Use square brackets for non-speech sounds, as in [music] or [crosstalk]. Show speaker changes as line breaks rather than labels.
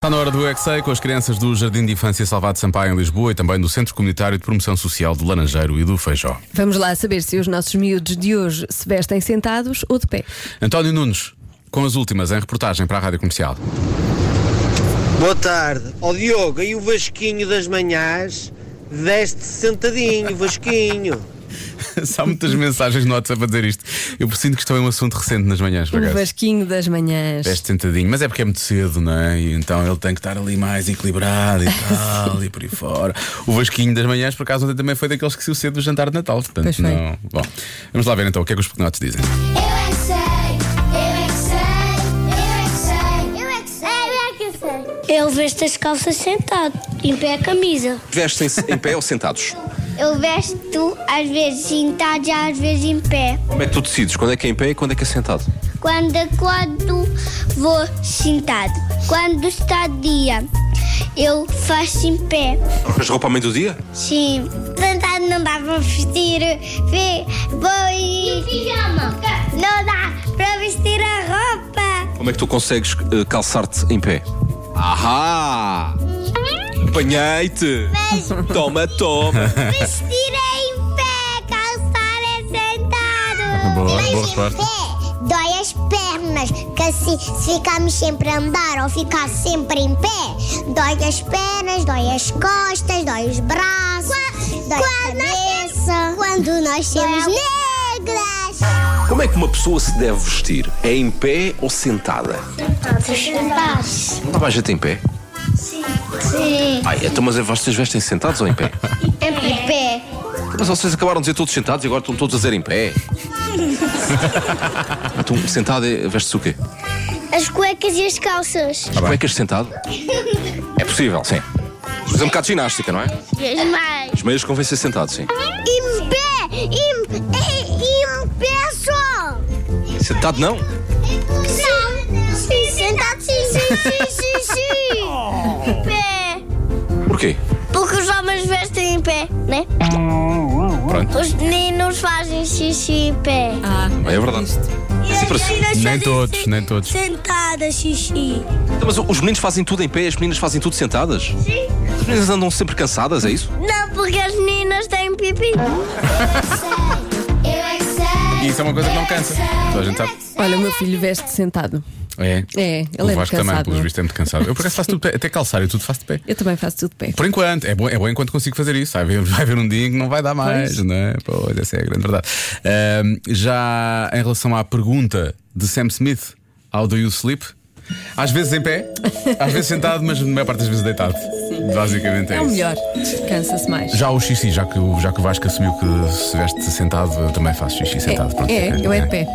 Está na hora do Exei com as crianças do Jardim de Infância Salvado Sampaio em Lisboa e também do Centro Comunitário de Promoção Social do Laranjeiro e do Feijó.
Vamos lá saber se os nossos miúdos de hoje se vestem sentados ou de pé.
António Nunes, com as últimas em reportagem para a Rádio Comercial. [laughs]
Boa tarde. Ó Diogo, e o Vasquinho das manhãs? Deste sentadinho, Vasquinho.
Há muitas mensagens no WhatsApp a dizer isto. Eu sinto que isto é um assunto recente nas manhãs, por
O
acaso.
Um Vasquinho das manhãs.
Deste sentadinho, mas é porque é muito cedo, não é? E então ele tem que estar ali mais equilibrado e tal, e por aí fora. O Vasquinho das manhãs, por acaso, ontem também foi daqueles que se o cedo do jantar de Natal. Portanto,
Pois foi.
não. Bom, vamos lá ver então o que é que os pequenotes dizem.
Eu é que sei, eu é que sei, eu é que sei, eu é que sei, eu é que sei.
Ele veste as calças sentado, em pé a camisa.
Vestem-se em pé ou sentados?
Eu vesto às vezes sentado e às vezes em pé.
Como é que tu decides? Quando é que é em pé e quando é que é sentado?
Quando acordo, vou sentado. Quando está dia, eu faço em pé.
Trocas roupa ao meio do dia?
Sim. Sentado não dá para vestir. Vê, vou e. pijama? Não dá para vestir a roupa.
Como é que tu consegues eh, calçar-te em pé? Ahá!
Hum.
Apanhei-te!
Mas
Toma, toma!
Vestir é em pé, calçar é
[laughs]
sentado.
Boa,
Mas
boa
em
resposta.
pé dói as pernas, que assim, se ficarmos sempre a andar ou ficar sempre em pé, dói as pernas, dói as costas, dói os braços, dói a cabeça. quando nós somos negras.
Como é que uma pessoa se deve vestir? É em pé ou sentada?
Sentados.
Não dá mais gente em pé?
Sim.
Ai, então, mas vocês vestem sentados ou em pé?
Em pé.
Mas vocês acabaram de dizer todos sentados e agora estão todos a dizer em pé. então, sentado é, veste-se o quê?
As cuecas e as calças.
As cuecas sentado? É possível, sim. Mas é um bocado de ginástica, não é?
E as mães.
As meias convém ser sentado, sim.
Em pé. Em, em, em pé só.
Sentado não?
Não. Sim, sentado, sim, sim, sim, sim, sim. Em pé.
Porquê?
Porque os homens vestem em pé, né?
Pronto.
Os meninos fazem xixi em pé.
Ah,
É verdade. Sim, para si.
Nem todos, nem todos.
Sentadas, xixi.
Então, Mas os meninos fazem tudo em pé, as meninas fazem tudo sentadas? Sim. As meninas andam sempre cansadas, é isso?
Não, porque as meninas têm pipi. Eu é que é sei.
E isso é uma coisa que não cansa. Toda a gente sabe.
olha, o meu filho veste sentado.
É.
É, ele é
o
muito
Vasco também,
cansado,
pelos
não é?
vistos, é muito cansado. Eu por acaso faço tudo de pé, até calçar, eu tudo faço de pé.
Eu também faço tudo de pé.
Por enquanto, é bom, é bom enquanto consigo fazer isso. Vai haver, [laughs] vai haver um dia em que não vai dar mais, não é? Pois, essa é a grande verdade. Ahm, já em relação à pergunta de Sam Smith, How do you sleep? Às vezes em pé, às vezes sentado, mas na maior parte das vezes deitado. Basicamente é,
É o
isso.
melhor. Cansa-se mais.
Já o xixi, já que, o- já que o Vasco assumiu que se veste sentado, eu também faço xixi sentado. Pronto,
é, eu é de pé.